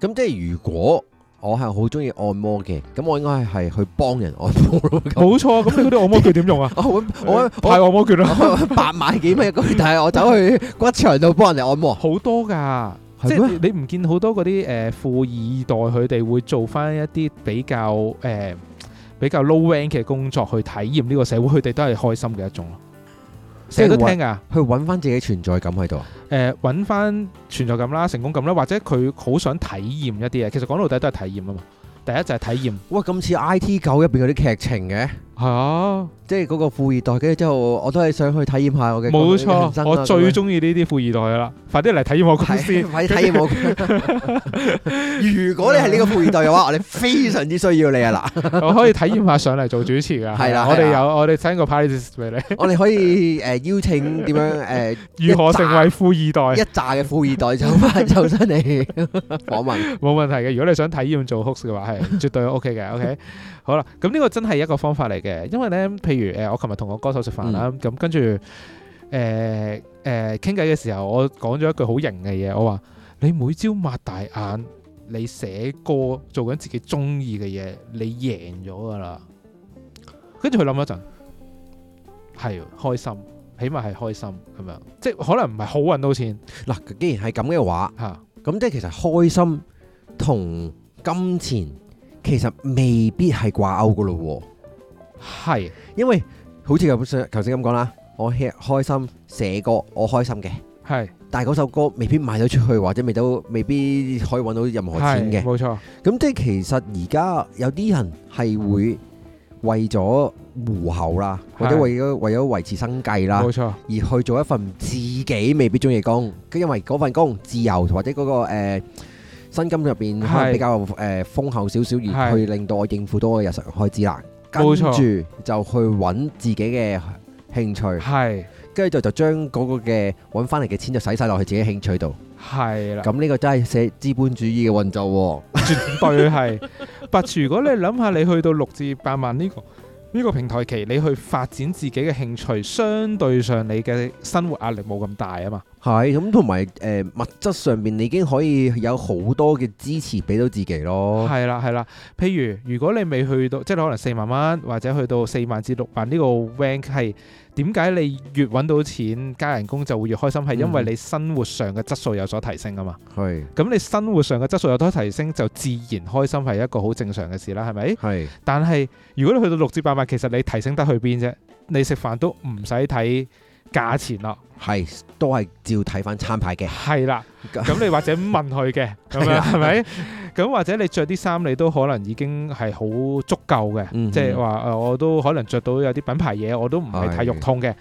咁即係如果我係好中意按摩嘅，咁我應該係係去幫人按摩 咯。咁 冇錯，咁你嗰啲按摩券點 用啊？我會我派 我按摩券啦，我八萬幾蚊一個月，但係我走去骨場度幫人哋按摩，好多㗎。即係咩？係你你唔見好多嗰啲誒富二代佢哋會做翻一啲比較誒、呃比較 low rank 嘅工作去體驗呢個社會，佢哋都係開心嘅一種咯。成日都聽㗎，去揾翻自己存在感喺度啊！誒揾翻呃存在感啦、成功感啦，或者佢好想體驗一啲嘢。其實講到底都係體驗啊嘛。第一就係體驗，哇，咁似 I T 九入邊嗰啲劇情嘅，係啊，即係嗰個富二代，跟住之後我都係想去體驗下我嘅冇人錯，生啊我最咁樣中意呢啲富二代噶啦，快啲嚟體驗我公司。係快啲體 驗我。如果你係呢個富二代嘅話，我哋非常之需要 你啊！嗱，我可以體驗下上嚟做主持噶。係啦我係哋啦有我哋 send 個 party list 俾我哋可以誒邀請點樣誒你，如何成為富二 一代紮嘅富二代走翻走身嚟訪問？冇問題嘅。如果你想體驗做 host 嘅話， 係絕對 OK 嘅。OK，好啦，咁呢個真係一個方法嚟嘅，因為咧，譬如誒、呃我琴日同我歌手食飯嗯啦，咁、跟住誒誒傾偈嘅時候，我講咗一句好型嘅嘢，我話你每朝擘大眼，你寫歌做緊自己中意嘅嘢，你贏咗噶啦。跟住佢諗咗一陣，係開心，起碼係開心咁樣，即係可能唔係好揾到錢嗱，既然係咁嘅話，嚇。咁即係其實開心同金錢其實未必係掛鈎噶咯喎。係因為好似頭先頭先咁講啦，我 h 開心寫歌，我開心嘅，係但係嗰首歌未必賣到出去，或者未到未必可以揾到任何錢係嘅。冇錯，咁即係其實而家有啲人係會為咗糊口啦，或者係為咗為咗維持生計啦冇，錯，而去做一份自己未必中意嘅工，咁因為嗰份工自由或者嗰、個、呃、薪金入邊可係能比較誒、呃、豐厚少少，而係去令到我應付到我嘅日常開支啦。跟冇住錯就去揾自己嘅興趣，係跟住就就將嗰個嘅揾翻嚟嘅錢就使晒落去自己興趣度。係啦，咁呢個真係寫資本主義嘅運作喎、絕對係。但如果你諗下，你去到六至八萬呢個呢個平台期，你去發展自己嘅興趣，相對上你嘅生活壓力冇咁大啊嘛。係咁，同埋誒物質上面你已經可以有好多嘅支持俾到自己咯。係啦係啦，譬如如果你未去到，即係可能四萬蚊或者去到四萬至六萬呢個 rank 係點解你越揾到錢加人工就會越開心？係因為嗯你生活上嘅質素有所提升啊嘛。係咁你生活上嘅質素有多提升，就自然開心係一個好正常嘅事啦，係咪？係但係如果你去到六至八萬，其實你提升得去邊啫？你食飯都唔使睇價錢啦，係，都係照睇翻餐牌嘅。係啦。咁啊咁你或者問佢嘅，咁樣係咪？咁或者你着啲衫，你都可能已經係好足夠嘅，嗯即係話誒，我都可能着到有啲品牌嘢，我都唔係太係肉痛嘅。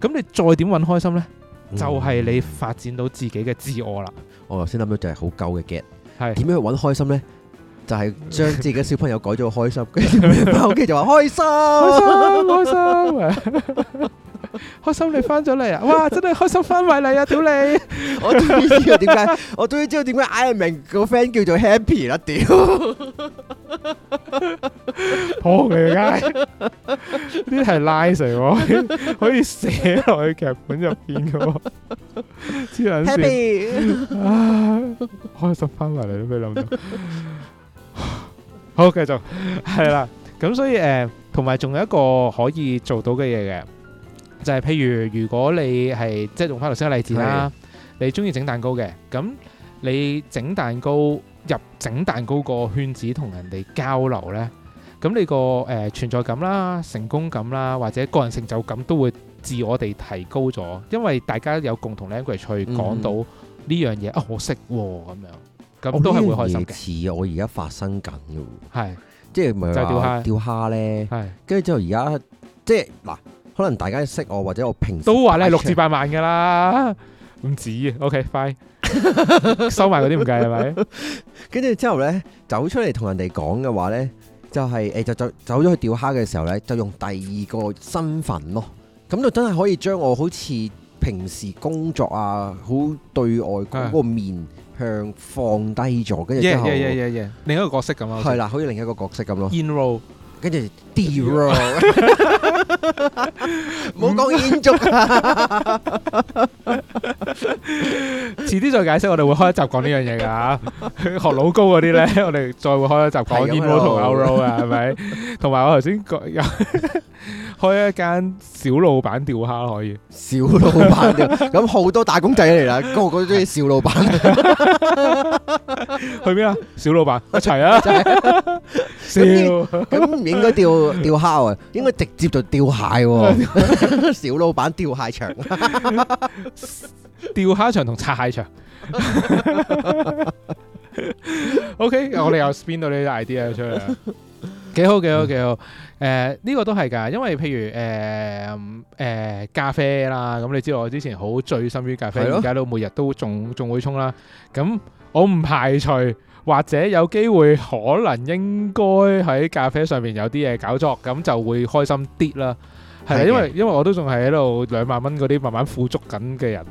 咁你再點揾開心呢？嗯就係你發展到自己嘅自我啦，我頭先諗到就係好 舊嘅 get，係點樣去揾開心呢？就係將自己嘅小朋友改咗開心，跟 住翻屋企就話開開心。心開心， 開心你翻咗嚟啊！哇，真係開心翻埋嚟啊！屌你！我終於知道點解， 我終於知道點解 Iron Man 個 friend 叫做 Happy 啦， 屌！扑你街！呢啲係拉成喎，可以寫落去劇本入邊嘅喎，黐撚線 Happy 啊！ 開心翻埋嚟都俾諗到。好，繼續係啦。咁所以誒，同埋仲有一個可以做到嘅嘢嘅，就係譬如如果你係即係用翻頭先嘅例子啦，你中意整蛋糕嘅，咁你整蛋糕入整蛋糕個圈子同人哋交流呢，咁你個誒、呃存在感啦、成功感啦，或者個人成就感都會自我地提高咗，因為大家有共同 language 去講到呢樣嘢啊，我識喎咁樣，哦咁都係會開心嘅，嘅。似我而家發生緊嘅喎，係即係唔就係係釣話蝦釣蝦呢？係跟住之後而家即係嗱，可能大家識我或者我平時都話你係擺六出至八萬㗎啦，唔止啊，OK fine，收埋嗰啲唔計係咪？跟住之後呢，走出嚟同人哋講嘅話呢，就係、誒就走走咗去釣蝦嘅時候呢，就用第二個身份咯。咁就真係可以將我好似平時工作啊，好對外嗰個面向放低咗，跟住之 yeah 後 yeah yeah yeah yeah，另一個角色咁啊，係啦，好似另一個角色咁咯。 ，in roll 跟住 D roll，冇講煙燭啊，遲啲再解釋，我哋會開一集講呢樣嘢㗎嚇。 學老高嗰啲咧， 我哋再會開一集講係咁 in 喺 roll 度同 out roll 啊，係 咪？同埋我頭先講 有開一間小老闆釣蝦可以，小老闆添咁好多打工仔嚟啦，個個都中意小老闆，去邊啊？小老闆一齊 啊！ 笑咁唔應該釣釣蝦啊，應該直接就釣蟹喎。 小老闆釣蟹場，釣蝦場同拆蟹場。OK，我哋又 spin 到呢啲 idea 出嚟啦。幾好幾好幾好，誒呢、個都係㗎，因為譬如誒誒、誒咖啡啦，咁你知道我之前好醉心於咖啡，係咯而家都每日都仲仲會沖啦。咁我唔排除或者有機會可能應該喺咖啡上面有啲嘢搞作，咁就會開心啲啦。係啦，係嘅因為因為我都仲係喺度兩萬蚊嗰啲慢慢富足緊嘅人，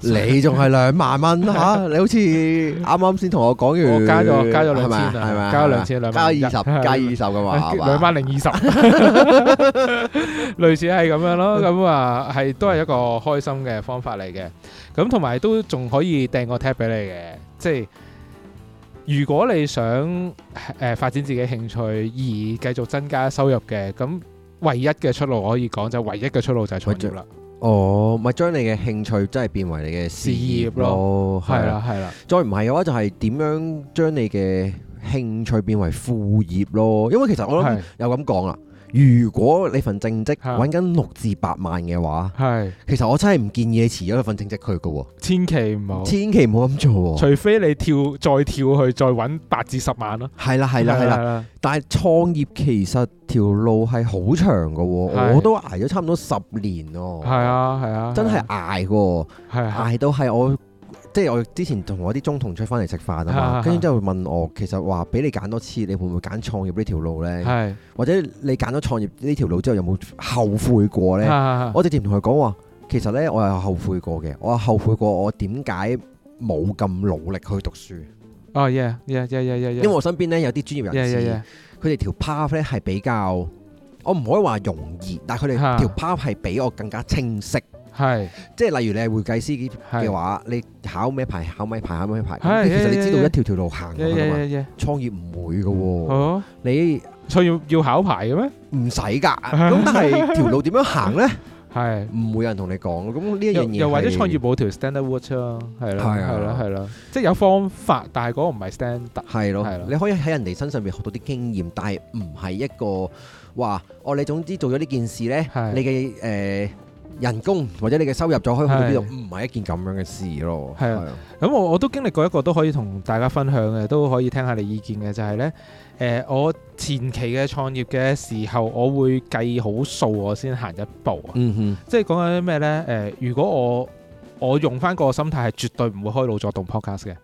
你仲係兩萬蚊嚇？你好似啱啱先同我講完，我加咗哦加咗兩係咪啊千啊係咪啊加咗兩千兩加二萬一哎十，加二十 嘅話，係嘛兩萬零二 十，類似係咁樣咯。咁啊，係都係一個開心嘅方法嚟嘅。咁同埋都仲可以掟個 tap 俾你嘅，即係如果你想誒、呃、發展自己興趣而繼續增加收入嘅，咁唯一嘅出路可以講就唯一嘅出路就係創業啦，哦，咪將你嘅興趣真係變為你嘅事業事業咯，啊係。啦係啦，再唔係嘅話，就係點樣將你嘅興趣變為副業咯。因為其實我諗係又咁講啦，如果你份正職嚇揾緊六至八萬嘅話，係其實我真係唔建議你辭咗份正職佢嘅千祈唔好喎，，千祈唔好咁做喎。哦除非你跳再跳去再揾八至十萬咯。係啦係啦係啦，啦，但係創業其實條路係好長嘅喎，係我都捱咗差唔多十年喎。係啊係啊，真係捱嘅喎，係啊。捱到係我。即係我之前同我啲中同出翻嚟食飯啊嘛，啊跟住之後問我，其實話俾你揀多次，你會唔會揀創業呢條路呢？係或者你揀咗創業呢條路之後有冇後悔過呢？係我直接同佢講話，其實呢，我有後悔過嘅，我有後悔過我點解冇咁努力去讀書，哦，yeah yeah yeah yeah yeah，因因為我身邊呢有啲專業 yeah 人 yeah yeah 士，佢哋條 path 呢係比較，我唔可以話容易，但係佢啊哋條 path 係比我更加清晰。係即係例如你係會計師係嘅話，你考咩牌考咩牌考咩牌，係咁其實你知道係一條條路行過 yeah 去㗎 yeah 嘛。 yeah yeah，創業唔會嘅喎，哦，你所以要要考牌嘅咩？唔 使㗎。咁但係條路點樣行呢？係。唔會有人同你講。咁呢一樣又嘢又或者係創業冇條 standard watch 咯，係啦，係啊係啦，係啦，即係有方法，但係嗰個唔係 standard，係係啦咯，你可以喺人哋身上面學到啲經驗，但係唔係一個話哦，你總之做咗呢件事呢，係你嘅誒、呃人工或者你嘅收入就可以去到呢度，係唔係一件咁樣嘅事咯。係啊啊，咁我我都經歷過一個都可以同大家分享嘅，都可以聽下你意見嘅，就係呢。誒、我前期嘅創業嘅時候，我會計好數，我先行一步啊。嗯哼，即係講緊啲咩呢？誒、如果我我用翻個心態係絕對唔會開腦作動 podcast 嘅，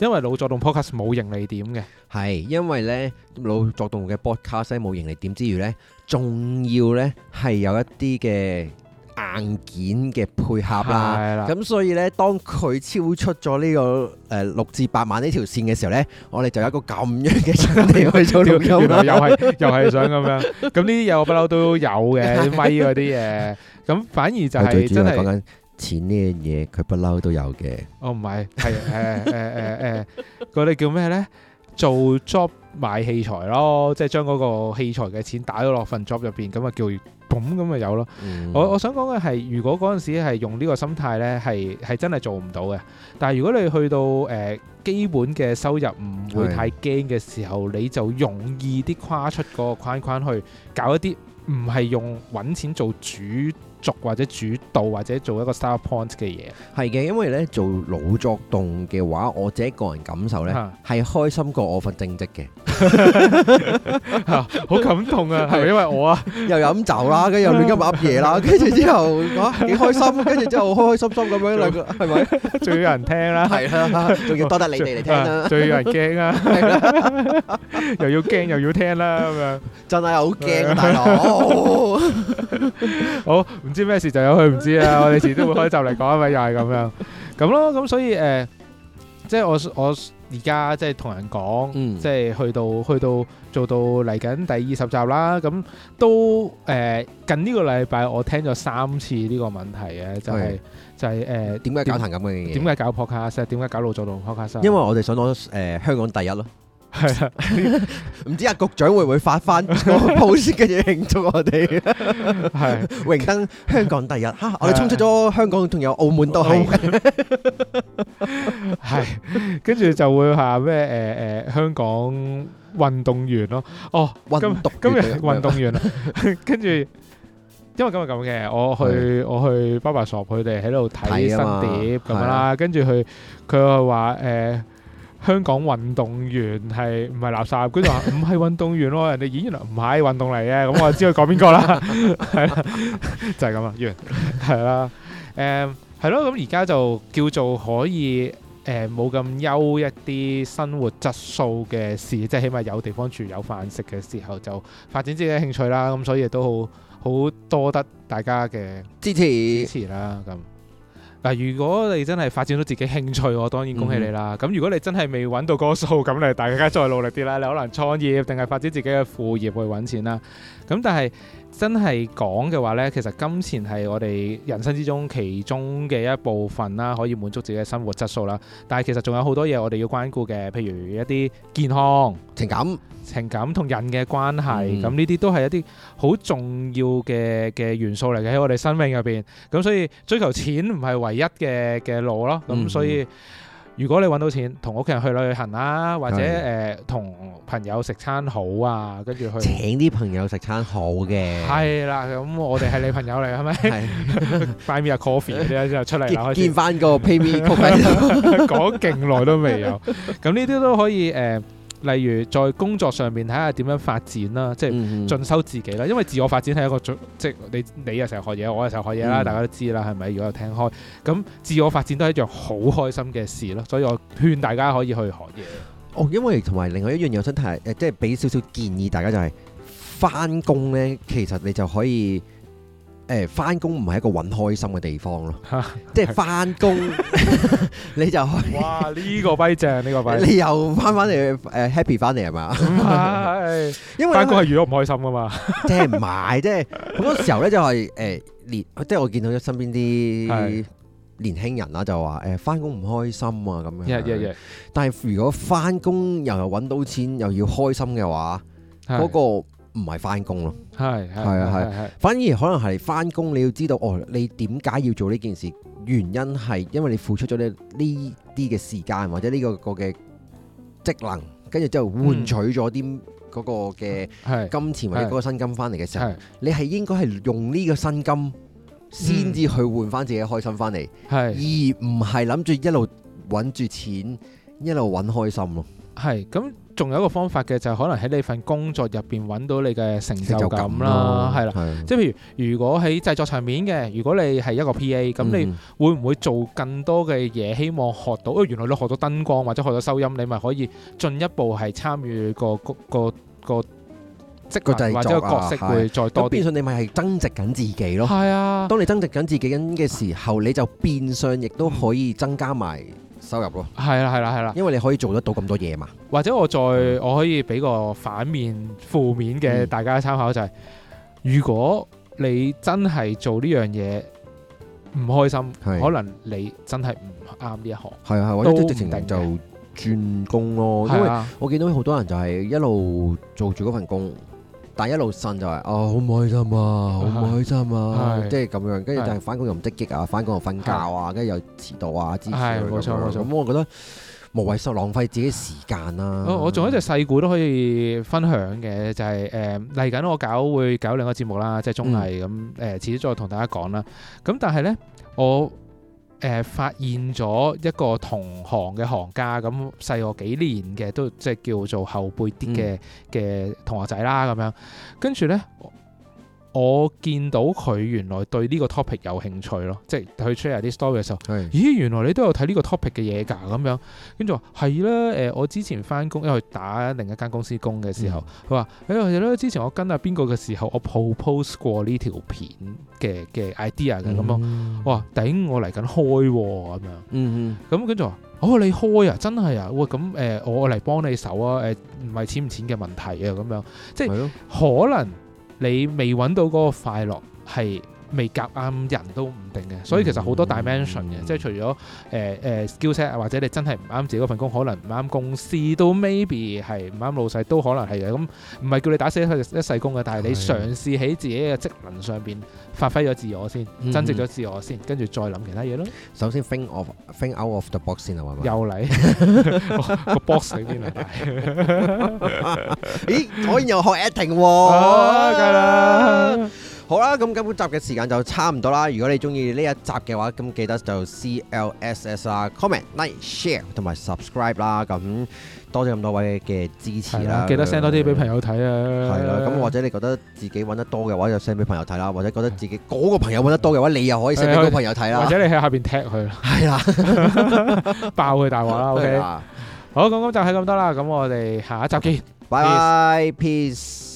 因為腦作動 podcast 冇盈利點嘅，係因為呢，老作動嘅 podcast 呢冇盈利點之餘呢，仲要呢係有一啲嘅硬件嘅配合啦。係啦，咁所以呢，當佢超出咗呢、個誒六至八萬呢條線嘅時候呢，我哋就有一個咁樣嘅場地去做錄 原音來啦。又係又係想咁樣。咁呢啲嘢我不嬲都有 嘅，咪嗰啲嘢。咁反而就佢最係主要真係講係，緊錢呢樣嘢，佢不嬲都有嘅。哦唔係，係誒誒誒誒，嗰啲叫咩呢？做 job 買器材咯，即係將嗰個器材嘅錢打咗落份 job 入邊，咁啊叫咁咁咪有咯。嗯我我想講嘅係，如果嗰陣時係用呢個心態呢，係係真係做唔到嘅。但係如果你去到誒、呃基本嘅收入唔會係太驚嘅時候，你就容易啲跨出嗰個框框去搞一啲唔係用揾錢做主軸或者主導或者做一個 star point 嘅 嘢。係嘅，因為呢做老作動嘅話，我自己個人感受呢啊係開心過我份正職 嘅，好感動啊！係咪因為我啊？又飲酒啦，跟住又亂咁噏 嘢啦，跟住之後啊幾開心，跟住之後開開心心咁 樣兩個係咪？仲要有人聽啦，係啦，仲要多 得你哋嚟 聽啊啦，仲要有人驚啦，係啦。 又要驚又要聽啦咁樣。真係好驚啊，大佬！好，唔知咩事就有佢唔知啦。我哋遲都會開集嚟講，咪又係咁樣咁咯。咁所以誒、呃即係我我而家即係同人講，嗯即係去到去到做到嚟緊第二十集啦。咁都誒、呃近呢個禮拜我聽咗三次呢個問題嘅，就係、係就係、誒點解搞成咁嘅嘢？點解搞 podcast？點解啊搞老做到 podcast？啊因為我哋想攞誒香港第一咯。係啊啦， 唔知阿局長會唔會發 翻個 post 跟住慶祝我 哋 係榮登香港第一？啊嚇！我哋衝出咗香港，仲有澳門都係。係，跟住就會話咩誒誒香港運動員咯。哦，運今動今日員運動員啦，跟住因為今日咁嘅，我去我去 b a b a s h o p 佢哋喺度睇新睇啊嘛碟咁樣係啦，跟住佢佢又話誒。呃香港運動員係唔係垃圾？佢就話唔係運動員喎，人哋演員啊唔係運動嚟嘅，咁我就知佢講邊個啦，係啦，就係咁啊，完係啦，誒係咯，咁而家就叫做可以誒冇咁優一啲生活質素嘅事，即係起碼有地方住有飯食嘅時候就發展自己嘅興趣啦，咁所以都好好多得大家嘅。支支持持啦咁。嗱，如果你真係發展到自己興趣，我當然恭喜你啦。咁、如果你真係未揾到嗰個數，咁你大家再努力啲啦。你可能創業定係發展自己嘅副業去揾錢啦。咁但係真係講嘅話呢，其實金錢係我哋人生之中其中嘅一部分啦，可以滿足自己嘅生活質素啦。但係其實仲有好多嘢我哋要關顧嘅，譬如一啲健康。情感，情感同人嘅關係，嗯咁呢啲都係一啲好重要嘅嘅元素嚟嘅喺我哋生命入邊。咁所以追求錢唔係唯一嘅嘅路咯。咁嗯所以如果你揾到錢，同屋企人去旅行啦，或者係誒同、朋友食餐好啊，跟住去請啲朋友食餐好嘅，係啦。咁我哋係你朋友嚟 係咪係？Buy me a coffee 嗰啲之後出嚟啦，見開見始翻個 PayMe 曲 喺度，講勁耐都未有。咁呢啲都可以誒、呃例如在工作上面睇下點樣發展啦，即係。嗯進修自己啦，因為自我發展係一個最即係你你又成日學嘢，我又成日學嘢啦，嗯大家都知啦，係咪？如果有聽開，咁自我發展都係一樣好開心嘅事咯，所以我勸大家可以去學嘢。哦，因為同埋另外一樣嘢我想提，誒、即係俾少少建議大家就係翻工咧，其實你就可以誒翻工唔係一個揾開心嘅地方 咯，即係翻工你就可哇！呢、個跛正，呢、個以 跛，你又翻翻嚟誒 happy 翻嚟係嘛？唔係因為翻工係遇到唔開心噶 嘛，即係唔係，即係好多時候咧就係、誒、年，即係我見到身邊係啲年輕人啦，就話誒翻工唔開心啊咁樣。日日日但係如果翻工又揾到錢又要開心嘅話，嗰個唔係翻工咯，係係係啊係係反而可能係翻工你要知道哦，你點解要做呢件事？原因係因為你付出咗呢呢啲嘅時間或者呢個個嘅職能，跟住之後換取咗啲嗰個嘅係係金錢或者嗰個薪金翻嚟嘅時候。係你係應該係用呢個薪金先至去換翻自己開心翻嚟，而嗯係唔係諗住一路揾住錢，一路揾開心咯。係咁。仲有一個方法嘅就係可能喺你份工作入邊揾到你嘅成成就感咯啦，係啦。係即係譬如，如果喺製作層面嘅，如果你係一個 P.A. 咁你嗯會唔會做更多嘅嘢？希望學到，哦，原來你學到燈光或者學到收音，你咪可以進一步係參與個個個個個職能或者製作個角啊色會再咁多變啲。相你咪係增值緊自己咯。係啊，當你增值緊自己緊嘅時候，你就變相亦都可以增加埋收入咯，係啦，係啦，係啦。因為你可以做得到咁多嘢嘛。或者我再我可以俾個反面負面嘅嗯大家參考就係、如果你真係做呢樣嘢唔開心，係可能你真係唔啱呢一行。係啊，係或都者唔直情定就嘅轉工咯，哦因係為啊，我見到好多人就係一路做住嗰份工，但一路呻就係、啊好唔開心啊，好唔開心啊，係即係咁樣，跟住係但係翻工又唔積極啊，翻工又瞓覺啊，跟住又遲到啊，之類係冇錯咁樣冇錯咁我覺得無謂受浪費自己時間啊啦。哦我我仲有一隻細股都可以分享嘅，就係誒嚟緊我搞會搞兩個節目啦，即係綜藝咁誒，遲啲再同大家講啦。咁但係呢，我誒、呃、發現咗一個同行嘅行家，咁細我幾年嘅，都即係叫做後輩啲嘅嘅同學仔啦，咁樣跟住呢。我我見到佢原來對呢個 topic 有興趣咯，即係佢 share 啲 story 嘅時候，係咦，原來你都有睇呢個 topic 嘅嘢㗎咁樣，跟住話係啦，誒、我之前翻工，因為佢打另一間公司工嘅時候，嗯佢話誒係啦，之前我跟阿邊個嘅時候，我 propose 過呢條片嘅嘅 idea 嘅咁樣，嗯哇頂我嚟緊開喎咁樣。嗯咁跟住話：哦，你開啊，真係啊，喂，咁誒、呃我嚟幫你手啊，誒，唔係錢唔錢嘅問題啊，咁樣即係嗯，係咯，可能你未揾到嗰個快樂係未夾啱人都唔定嘅，所以其實好多 dimension 嘅，嗯即係除咗誒誒 skill set 啊或者你真係唔啱自己嗰份工，可能唔啱公司，都 maybe 係唔啱老細，都可能係嘅。咁唔係叫你打死一一世工嘅，但係你係嘗試喺自己嘅職能上邊發揮咗自我先，嗯增值咗自我先，跟住再諗其他嘢咯。首先 think of think out of the box 先啊，係咪？又 嚟個 box 喺邊啊？咦，果然又學 acting 喎，哦啊，梗係啦，好啦，咁今集嘅時間就差唔多啦。如果你中意呢一集嘅話，咁記得就 CLSS 啦，comment、like、share 同埋 subscribe 啦。咁多謝咁多位嘅支持係啦啦，，記得 send 多啲俾朋友。友睇啊。係啦，咁或者你覺得自己揾得多嘅話，就 send 俾朋友睇啦；或者覺得自己嗰個朋友揾得多嘅話，你又可以 send 俾嗰個朋友睇或啦。者你喺下邊踢佢啦，係 啦爆佢大話啦。係啊 OK，啦啊好，咁咁就係咁多啦。咁我哋下一集見。拜拜，peace。